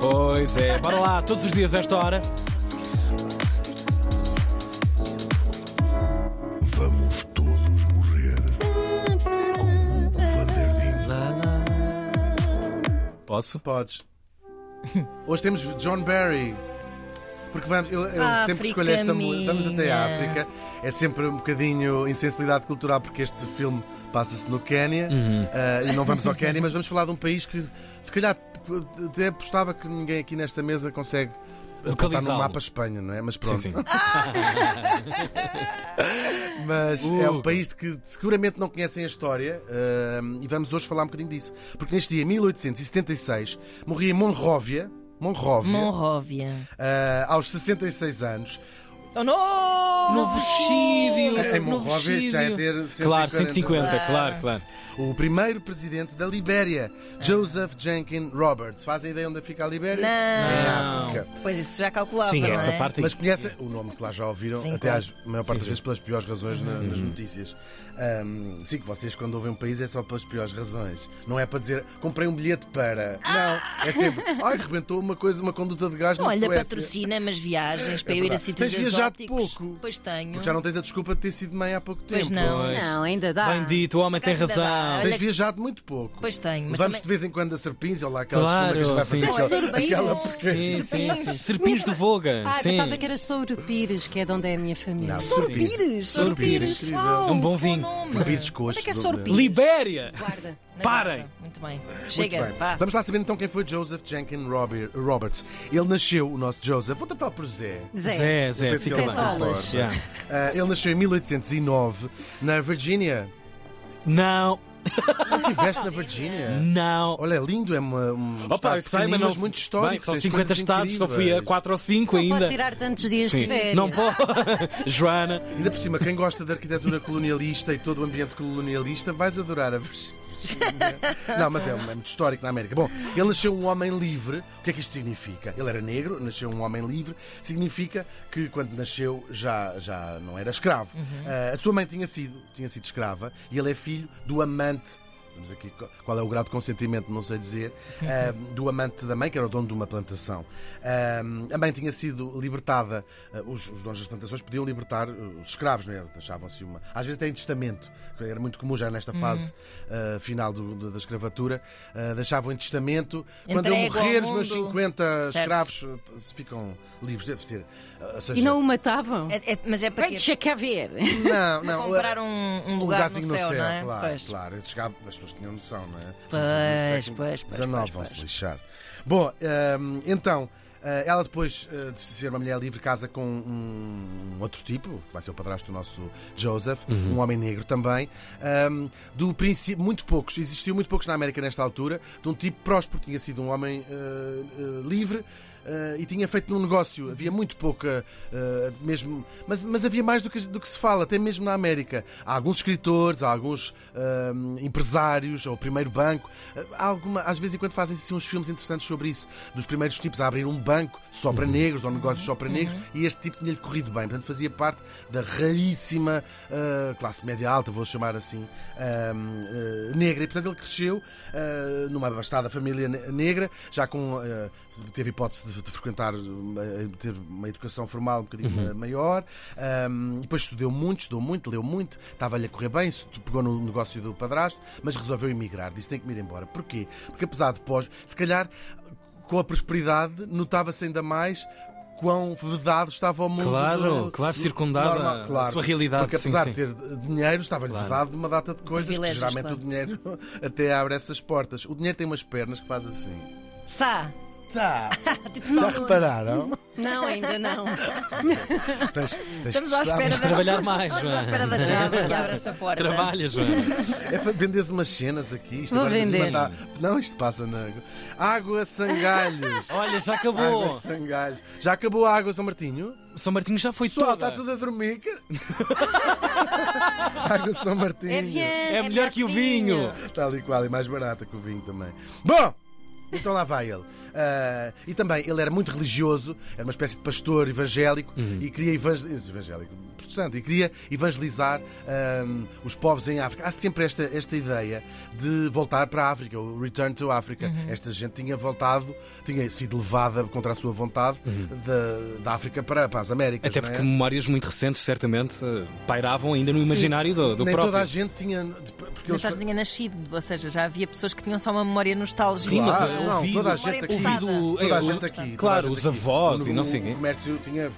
Pois é, bora lá, todos os dias a esta hora. Vamos todos morrer com Hugo Van der Ding. Posso? Podes. Hoje temos John Barry. Porque vamos, eu, eu África sempre escolho esta música. minha. Vamos até a África. É sempre um bocadinho insensibilidade cultural, porque este filme passa-se no Quénia. Ah, e não vamos ao Quénia, mas vamos falar de um país que, se calhar, até apostava que ninguém aqui nesta mesa consegue. Está no Localizá-lo. mapa Espanha, não é? Mas pronto. Sim, sim. Mas Uh, é um país que seguramente não conhecem a história hum, e vamos hoje falar um bocadinho disso. Porque neste dia, 1876, morria em Monróvia, Monróvia Monróvia. ah, aos 66 anos. Oh, não! Novo Vexídio! Em Novo Monróvia isto já é Vexídio. ter 140. Claro, 150, Ah. claro, claro. O primeiro presidente da Libéria, Joseph Jenkins Roberts. Fazem ideia onde fica a Libéria? Não. Em Não. África. Pois isso já calculava, Sim, não essa é? parte Mas conhecem o nome que lá já ouviram, Sim, até claro. às maior Sim, parte das Uhum. vezes pelas piores razões na- nas notícias. Ahm, sim, que vocês quando ouvem um país é só pelas piores razões. Não é para dizer comprei um bilhete para. Não, é sempre. Ai, rebentou uma coisa, uma conduta de gás na Olha, Suécia. É patrocina mas viagens para eu ir a verdade. sítios Tens viajado exóticos. pouco. Pois tenho. Porque já não tens a desculpa de ter sido mãe há pouco tempo. Pois não. Pois. Não, ainda dá. Bem dito, o homem tem Ainda dá. razão. Tens Olha- viajado muito pouco. Pois tenho, mas Vamos também- de vez em quando a Serpins, olha lá aquela Claro, chuma que isto vai fazer sim. aquela- São as aquela Serpins. porcaria. Sim, sim, sim. Serpinhos do Voga. Ah, sim. pensava que era Souro Pires, que é de onde é a minha família. Não, Serpins. Sorpires. Sorpires. Uau, É um bom que vinho. nome. Sorpires coxo. Onde é que é do- Sorpires? Libéria! Guarda. Não, Parem. não, não. Muito bem. Muito Chega, bem. vá. Vamos lá saber então quem foi Joseph Jenkins Robert- Roberts. Ele nasceu, o nosso Joseph, vou tratar por Zé. Zé. Zé, Zé, penso fica que é ele bem. vai embora. Já. Ah, ele nasceu em 1809 na Virgínia. Não, Não estiveste na Virgínia? não. Olha, é lindo, é uma, um Opa, estado eu sei, mas pequenino, não. mas muito histórico. Bem, são tens 50 coisas estados, só fui a incríveis. 4 ou 5 Não ainda. pode tirar tantos dias de férias. Não pode. Joana, Ainda por cima, quem gosta da arquitetura colonialista e todo o ambiente colonialista, vais adorar a Virgínia. Não, mas é, um- é muito histórico na América. Bom, ele nasceu um homem livre. O que é que isto significa? Ele era negro, nasceu um homem livre. Significa que quando nasceu já, já não era escravo. Ah, a sua mãe tinha sido, tinha sido escrava e ele é filho do amante. Vamos aqui, co- qual é o grau de consentimento, não sei dizer, ah, do amante da mãe, que era o dono de uma plantação. Ah, a mãe tinha sido libertada, ah, os, os donos das plantações podiam libertar ah, os escravos, não é? Deixavam-se uma. Às vezes até em testamento, que era muito comum já nesta fase ah, final do- do- da escravatura, ah, deixavam em testamento. Quando eu Entrego ao morrer, os meus mundo. 50 Certo. escravos ah, se ficam livres, deve ser. ah, ou seja, E não o matavam? É- é- mas é para Bem, quê? deixa cá ver. não, não, ah, Comprar um, um um lugar no lugarzinho céu, não é? claro, Pois. claro. Eu chegava, as pessoas tinham noção, não é? Pois, Sobretudo no século pois, pois, XIX, pois, vão-se pois. lixar. Bom, hum, então, eh, ela depois eh, de ser uma mulher livre casa com um outro tipo, que vai ser o padrasto do nosso Joseph, um homem negro também, hum, do princípio, muito poucos, existiu muito poucos na América nesta altura, de um tipo próspero, tinha sido um homem eh, eh, livre. eh, e tinha feito um negócio, havia muito pouca, eh, mesmo, mas, mas havia mais do que, do que se fala, até mesmo na América. Há alguns escritores, há alguns hum, empresários, ou primeiro banco, Eh, há alguma, às vezes enquanto fazem assim, uns filmes interessantes sobre isso, dos primeiros tipos a abrir um banco só para negros, ou negócios só para negros, e este tipo tinha-lhe corrido bem, portanto fazia parte da raríssima ah, classe média alta, vou chamar assim, ah, ah, negra, e portanto ele cresceu ah, numa abastada família ne- negra, já com ah, teve hipótese de, de frequentar, uma- ter uma educação formal um bocadinho Uhum. ma- maior, ah, depois estudou muito, estudou muito, leu muito, estava-lhe a correr bem, se- pegou no negócio do padrasto, mas resolveu emigrar, disse tem que me ir embora. Porquê? Porque apesar de pós, se calhar com a prosperidade notava-se ainda mais quão vedado estava o mundo. Claro, do- claro, do- circundada a sua realidade, Porque sim, apesar sim. de ter dinheiro, estava-lhe Claro. vedado de uma data de coisas que privilégios, geralmente claro. o dinheiro até abre essas portas. O dinheiro tem umas pernas que faz assim. Sá. Tá. Tipo, Já só- repararam? Não, ainda não. Tens- tens Estamos que estudar. à espera da, trabalhar mais, estamos à espera Joana. da chave que abre essa porta. Trabalha, Joana. É para venderes umas cenas aqui. Isto Vou agora tens de vender. mandar- Não, isto passa na. Água Sangalhos. Olha, já Água acabou. Sangalhos. Já acabou a água, São Martinho? São Martinho já foi Pessoal, toda. está tudo a dormir. cara. Água São Martinho. É, Vian, É melhor que o vinho. Está ali qual e mais barata que o vinho também. Bom, Então lá vai ele. Ah, e também, ele era muito religioso, era uma espécie de pastor evangélico Uhum. e queria evangel... evangélico, protestante, e queria evangelizar ahm, os povos em África. Há sempre esta, esta ideia de voltar para a África, o return to Africa. Uhum. Esta gente tinha voltado, tinha sido levada contra a sua vontade da, da África para, para as Américas. Uhum. Até não é? porque memórias muito recentes, certamente, eh, pairavam ainda no imaginário do, do Nem próprio. toda a gente tinha. Porque Não eles... estás tinha nascido, ou seja, já havia pessoas que tinham só uma memória nostálgica. Sim, mas Claro, eh, não, ouvido, toda a memória gente aqui. emprestada. ouvido, eh, toda a o- gente aqui. Claro, toda a gente os aqui. é avós O- e não sei quê. O comércio tinha,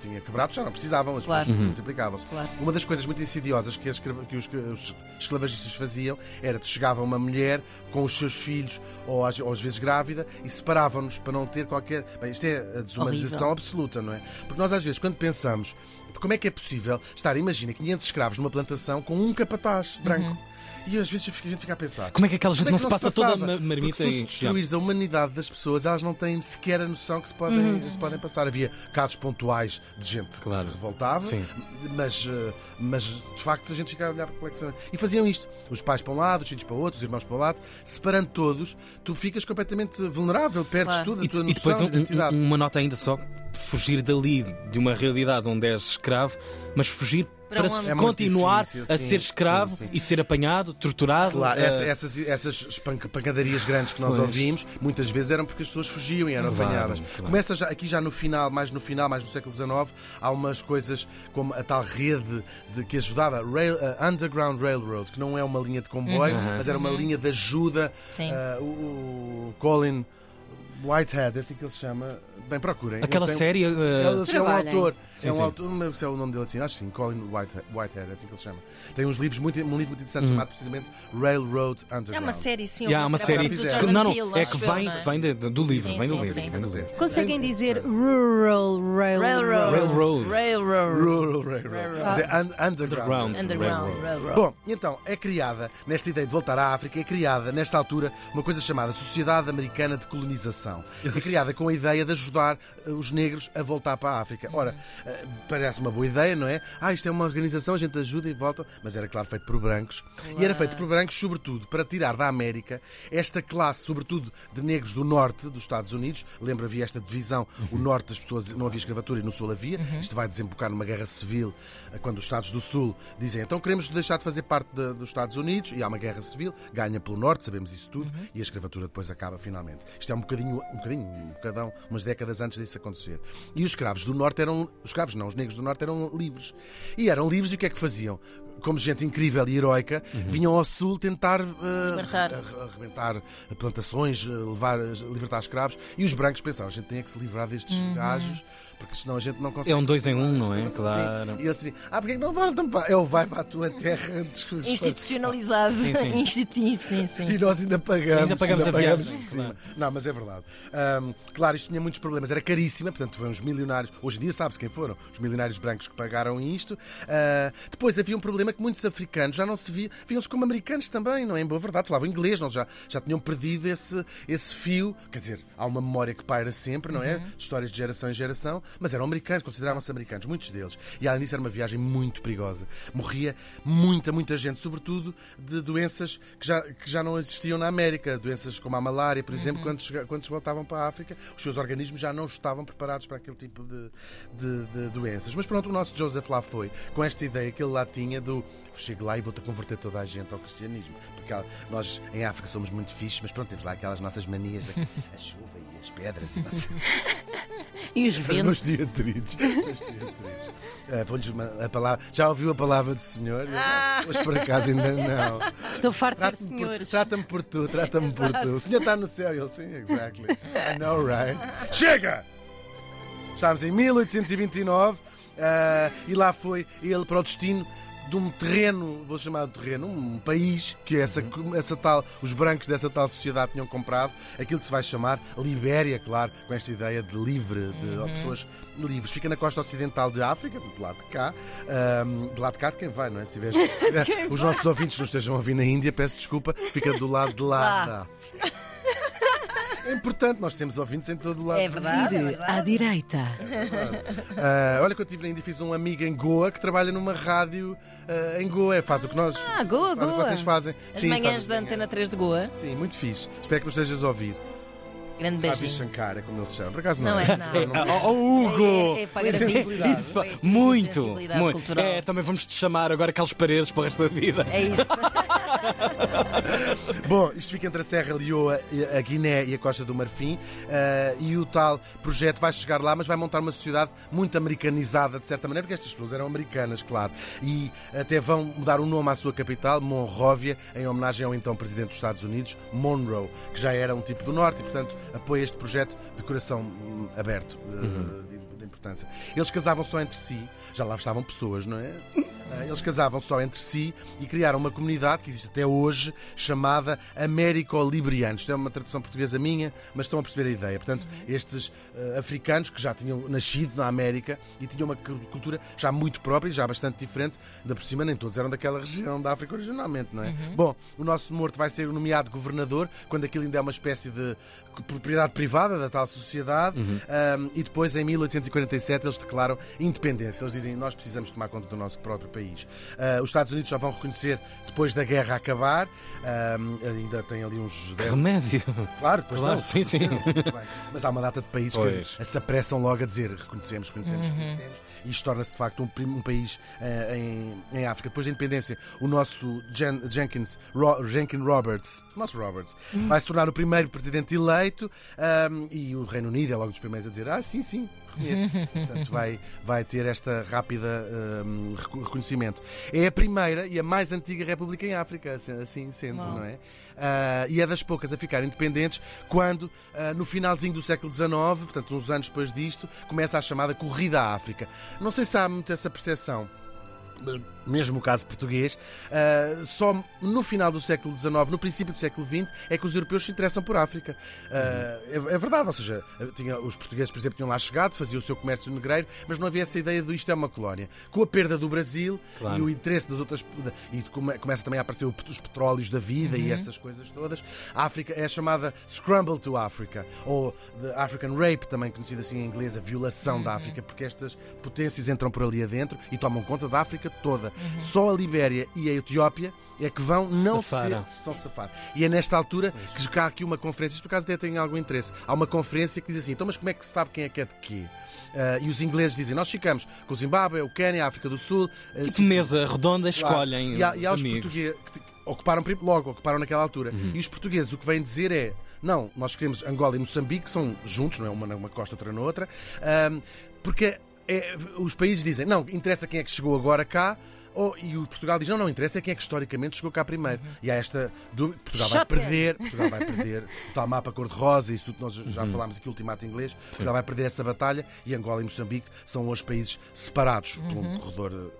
tinha quebrado, já não precisavam, as Claro. pessoas multiplicavam-se. Claro. Uma das coisas muito insidiosas que, as escrava- que os, que os esclavagistas faziam era que chegava uma mulher com os seus filhos, ou às, ou às vezes grávida, e separavam-nos para não ter qualquer. Bem, isto é a desumanização Horrível. absoluta, não é? Porque nós às vezes, quando pensamos. Como é que é possível estar, imagina, 500 escravos numa plantação com um capataz branco? Uhum. E às vezes a gente fica a pensar: Como é que aquela gente como é que não se passa toda a passava? ma- marmita Porque tu, se em. destruires a humanidade das pessoas, elas não têm sequer a noção que se podem, se podem passar. Havia casos pontuais de gente Claro. que se revoltava, Sim. mas, eh, mas de facto a gente ficava a olhar para é a coleção. E faziam isto: os pais para um lado, os filhos para o outro, os irmãos para o lado, separando todos, tu ficas completamente vulnerável, perdes Claro. tudo, a E, tua e depois noção um- de identidade. um- uma nota ainda só: fugir dali de uma realidade onde és escravo, mas fugir para, Para onde? se É muito continuar difícil, a sim, ser escravo sim, sim. e ser apanhado, torturado. Claro, eh, essa- é essas, essas espanca- pancadarias grandes que nós Pois. ouvimos, muitas vezes eram porque as pessoas fugiam e eram Claro, apanhadas. claro. Começa já, aqui já no final, mais no final, mais no século XIX, há umas coisas como a tal rede de, que ajudava, Rail- a Underground Railroad, que não é uma linha de comboio, Uhum. mas era uma linha de ajuda. Sim. Ah, o, o Colin Whitehead, é assim que ele se chama. Bem, procurem. Aquela Ele tem- um- série. eh, ele é um Trabalhem. autor. Sim, é um sim. autor, não lembro se é o nome dele assim, acho que sim, Colin Whitehead, Whitehead, é assim que ele se chama. Tem uns livros muito, um livro muito interessante Uhum. chamado precisamente Railroad Underground. É uma série, sim. e há uma série. do que- Jordan não, não, é que vem, Vem vem de- de- do livro. Sim, vem do sim, livro. sim. vem do livro. Conseguem dizer Rural Railroad? Railroad. Railroad. Railroad. Rural Railroad. Mas é un- Underground. underground. Underground. Railroad. Bom, então é criada, nesta ideia de voltar à África, é criada, nesta altura, uma coisa chamada Sociedade Americana de Colonização. É criada com a ideia de ajudar eh, os negros a voltar para a África. Ora, eh, parece uma boa ideia, não é? Ah, isto é uma organização, a gente ajuda e volta, mas era claro feito por brancos. E era feito por brancos, sobretudo, para tirar da América esta classe, sobretudo de negros do norte dos Estados Unidos. Lembra, havia esta divisão: o norte das pessoas não havia escravatura e no sul havia. Isto vai desembocar numa guerra civil eh, quando os Estados do Sul dizem então queremos deixar de fazer parte de- dos Estados Unidos e há uma guerra civil, ganha pelo norte, sabemos isso tudo, e a escravatura depois acaba finalmente. Isto é um bocadinho, um bocadinho, um bocadão, umas décadas antes disso acontecer. E os escravos do norte eram, os escravos não, os negros do norte eram livres. E eram livres e o que é que faziam? Como gente incrível e heroica, vinham ao sul tentar eh, Libertar. arre- arrebentar plantações, eh, levar, libertar escravos, e os brancos pensaram, a gente tem é que se livrar destes gajos, porque senão a gente não consegue. É um dois em um, não é? Sim. Claro. E ele assim, ah, porque é que não voltam para. Ele vai para a tua terra de escravos. Institucionalizado. Sim, sim. Instituído, sim, sim. E nós ainda pagamos. Ainda pagamos a viagem, por cima. Não, mas é verdade. Ahm, claro, isto tinha muitos problemas. Era caríssima, portanto, foram os milionários. Hoje em dia sabe-se quem foram. Os milionários brancos que pagaram isto. Ah, depois havia um problema que muitos africanos já não se viam. Viam-se como americanos também, não é? Em boa verdade, falavam inglês, não, já, já tinham perdido esse, esse fio. Quer dizer, há uma memória que paira sempre, não é? Uhum. De histórias de geração em geração. Mas eram americanos, consideravam-se americanos, muitos deles. E além disso, era uma viagem muito perigosa. Morria muita, muita gente, sobretudo de doenças que já, que já não existiam na América. Doenças como a malária, por exemplo, quando, chega- quando se voltavam para a África, os seus organismos já não estavam preparados para aquele tipo de, de- de doenças. Mas pronto, o nosso Joseph lá foi, com esta ideia que ele lá tinha do chego lá e vou-te converter toda a gente ao cristianismo. Porque há- nós em África somos muito fixes, mas pronto, temos lá aquelas nossas manias, da- a, chuva e as pedras e não sei E os os ventos? meus diantritos. Meus diantritos. Ah, Vou-lhes uma- a palavra. Já ouviu a palavra do senhor? Mas por acaso ainda não. Estou farto de Ah. ter Trata-me por, senhores. trata-me por tu, trata-me por tu. O senhor está no céu, ele sim, exactly. I know, right? Chega! Estávamos em 1829 ah, e lá foi ele para o destino de um terreno, vou chamar de terreno, um país que essa, essa tal, os brancos dessa tal sociedade tinham comprado, aquilo que se vai chamar Libéria, claro, com esta ideia de livre, de pessoas livres. Fica na costa ocidental de África, do lado de cá, ahm, de lado de cá de quem vai, não é? Se tiveres, os nossos ouvintes não estejam a ouvir na Índia, peço desculpa, fica do lado de lá. Lá. da África. É importante, nós temos ouvintes em todo o lado. É verdade. é Vir à verdade. direita. Ah, olha que eu tive na Índia, fiz um amigo em Goa que trabalha numa rádio ah, em Goa. Faz o que nós. Ah, Goa, faz o que Goa. vocês fazem. As tá Sim, faz manhãs as da Antena 3 de Goa. Sim, muito fixe. Espero que nos estejas a ouvir. Grande Tá Ravi beijinho. Shankar, é como ele se chama. Por acaso não, Não é, não. Oh, Hugo! É, é para Com grande sensibilidade. sensibilidade. Isso, É isso, muito, sensibilidade muito. cultural. É, também vamos te chamar agora Carlos Paredes para o resto da vida. É isso. Bom, isto fica entre a Serra Leoa, e a Guiné e a Costa do Marfim. eh, e o tal projeto vai chegar lá, mas vai montar uma sociedade muito americanizada, de certa maneira, porque estas pessoas eram americanas, claro. E até vão mudar o nome à sua capital, Monrovia, em homenagem ao então presidente dos Estados Unidos, Monroe, que já era um tipo do norte e, portanto, apoia este projeto de coração hum, aberto. eh, de- de importância. Eles casavam só entre si, já lá estavam pessoas, não é? Ah, Eles casavam só entre si e criaram uma comunidade que existe até hoje chamada Américo-Librianos. Isto é uma tradução portuguesa minha, mas estão a perceber a ideia. Portanto, estes ah, africanos que já tinham nascido na América e tinham uma cu- cultura já muito própria, e já bastante diferente, ainda por cima nem todos eram daquela região da África originalmente, não é? Bom, o nosso morto vai ser nomeado governador quando aquilo ainda é uma espécie de propriedade privada da tal sociedade Ahm, e depois em 1847 eles declaram independência. Eles dizem nós precisamos tomar conta do nosso próprio país. Ah, os Estados Unidos já vão reconhecer depois da guerra acabar. Ahm, ainda tem ali uns Que dez- Remédio. Claro, depois Claro, não, sim, sim. reconheceram, muito bem. Mas há uma data de países Pois. que se apressam logo a dizer reconhecemos, reconhecemos, reconhecemos. E isto torna-se de facto um, prim- um país eh, em, em África. Depois da independência, o nosso Jen- Jenkins, Ro, Jenkins Roberts, o nosso Roberts, vai se tornar o primeiro presidente eleito ahm, e o Reino Unido é logo dos primeiros a dizer: Ah, sim, sim, reconheço. Portanto, vai, vai ter esta rápida ahm, reco- reconhecimento. É a primeira e a mais antiga república em África, assim- assim sendo, não é? Ah, e é das poucas a ficar independentes quando, ah, no finalzinho do século XIX, portanto, uns anos depois disto, começa a chamada Corrida à África. Não sei se há muito essa percepção. mas Mesmo o caso português, ah, só no final do século XIX, no princípio do século XX, é que os europeus se interessam por África. Ah, é, é verdade, ou seja, tinha- os portugueses, por exemplo, tinham lá chegado, faziam o seu comércio negreiro, mas não havia essa ideia do isto é uma colónia. Com a perda do Brasil Claro. e o interesse das outras. da- E come- começa também a aparecer o pet- os petróleos da vida Uhum. e essas coisas todas. A África é chamada Scramble to Africa, ou The African Rape, também conhecida assim em inglês, a violação Uhum. da África, porque estas potências entram por ali adentro e tomam conta da África toda. Uhum. Só a Libéria e a Etiópia é que vão não Safaram. ser. São safar. E é nesta altura que há aqui uma conferência, isto por acaso até tem algum interesse. Há uma conferência que diz assim: então, mas como é que se sabe quem é que é de quê? Ah, e os ingleses dizem: nós ficamos com o Zimbábue, o Quênia, a África do Sul, ah, Tipo mesa redonda, Claro. escolhem E há, os e há os amigos. Uhum. portugueses que te- ocuparam prim- logo, ocuparam naquela altura. E os portugueses o que vêm dizer é: não, nós queremos Angola e Moçambique, são juntos, não é uma numa costa, outra na outra, ahm, porque é, os países dizem: não, interessa quem é que chegou agora cá. ou- e o Portugal diz: não, não interessa é quem é que historicamente chegou cá primeiro. Uhum. E há esta dúvida: Portugal vai Shot them. perder, Portugal vai perder o tal mapa cor-de-rosa, isso tudo nós já Uhum. falámos aqui, o ultimato inglês. Portugal vai perder essa batalha e Angola e Moçambique são hoje países separados por um corredor. Uhum.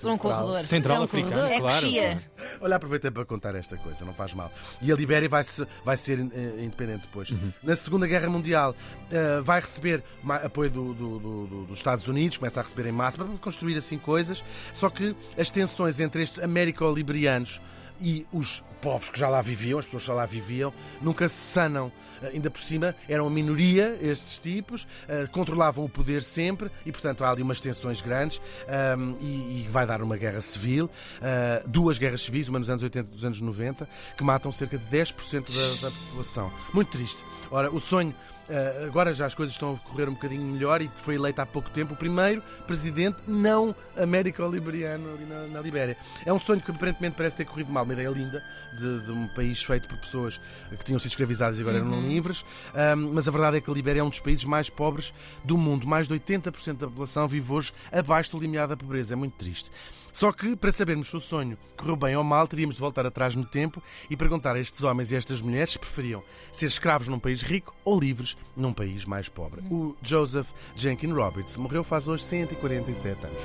Por um corredor. Central É um africano, corredor. É claro. coxia. Olha, aproveitei para contar esta coisa, não faz mal. E a Libéria vai, se- vai ser eh, independente depois. Na Segunda Guerra Mundial, eh, vai receber ma- apoio do- do- do- do- dos Estados Unidos, começa a receber em massa para construir assim coisas. Só que as tensões entre estes américo-liberianos e os povos que já lá viviam, as pessoas que já lá viviam, nunca se sanam. Eh, Ainda por cima, eram a minoria estes tipos, eh, controlavam o poder sempre e, portanto, há ali umas tensões grandes ahm, e, e vai dar uma guerra civil, ah, duas guerras civis, uma nos anos 80 e dos anos 90, que matam cerca de 10% da, da população. Muito triste. Ora, o sonho, ah, agora já as coisas estão a correr um bocadinho melhor e foi eleito há pouco tempo o primeiro presidente não américo-liberiano ali na, na Libéria. É um sonho que aparentemente parece ter corrido mal, uma ideia linda de, de um país feito por pessoas que tinham sido escravizadas e agora eram livres, Ahm, mas a verdade é que a Libéria é um dos países mais pobres do mundo. Mais de 80% da população vive hoje abaixo do limiar da pobreza. É muito triste. Só que, para sabermos se o sonho correu bem ou mal, teríamos de voltar atrás no tempo e perguntar a estes homens e a estas mulheres se preferiam ser escravos num país rico ou livres num país mais pobre. O Joseph Jenkins Roberts morreu faz hoje 147 anos.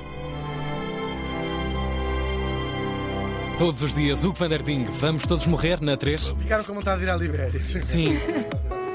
Todos os dias, Hugo Van Der Ding, vamos todos morrer na 3? Ficaram com vontade de ir à Libéria. Sim, Agora Sim,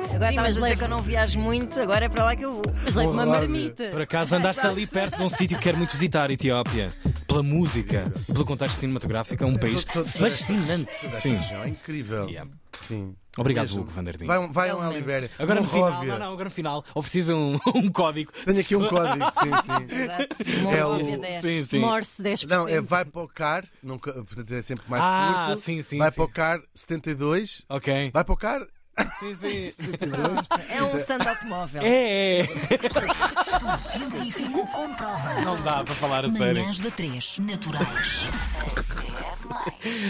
estavas a mas dizer leve. que eu não viajo muito, agora é para lá que eu vou. Mas leva uma Olá, marmita. por acaso andaste ali perto de um sítio que quero muito visitar, Etiópia. Pela música, pelo contexto cinematográfico, é um país Todo- todo- fascinante. Sim. É incrível. Yeah. Sim. Obrigado, Mesmo. Hugo Van Der Ding. Vai, um, vai à Realmente. Libéria. Um Agora no final, Monróvia. não, não, agora no final, oferecia um, um código. Tenho aqui um código, sim, sim. Exato. É Bom, o- dia 10. Sim, sim. Morse 10%. Não, é vai para o CAR, nunca, portanto é sempre mais Ah, curto. sim, sim, vai sim. para o CAR 72, Ok. vai para o CAR Sim, sim. É um stand-up móvel. É, é. Científico comprova. Não dá para falar a sério. Manhãs da 3, naturais. Até demais.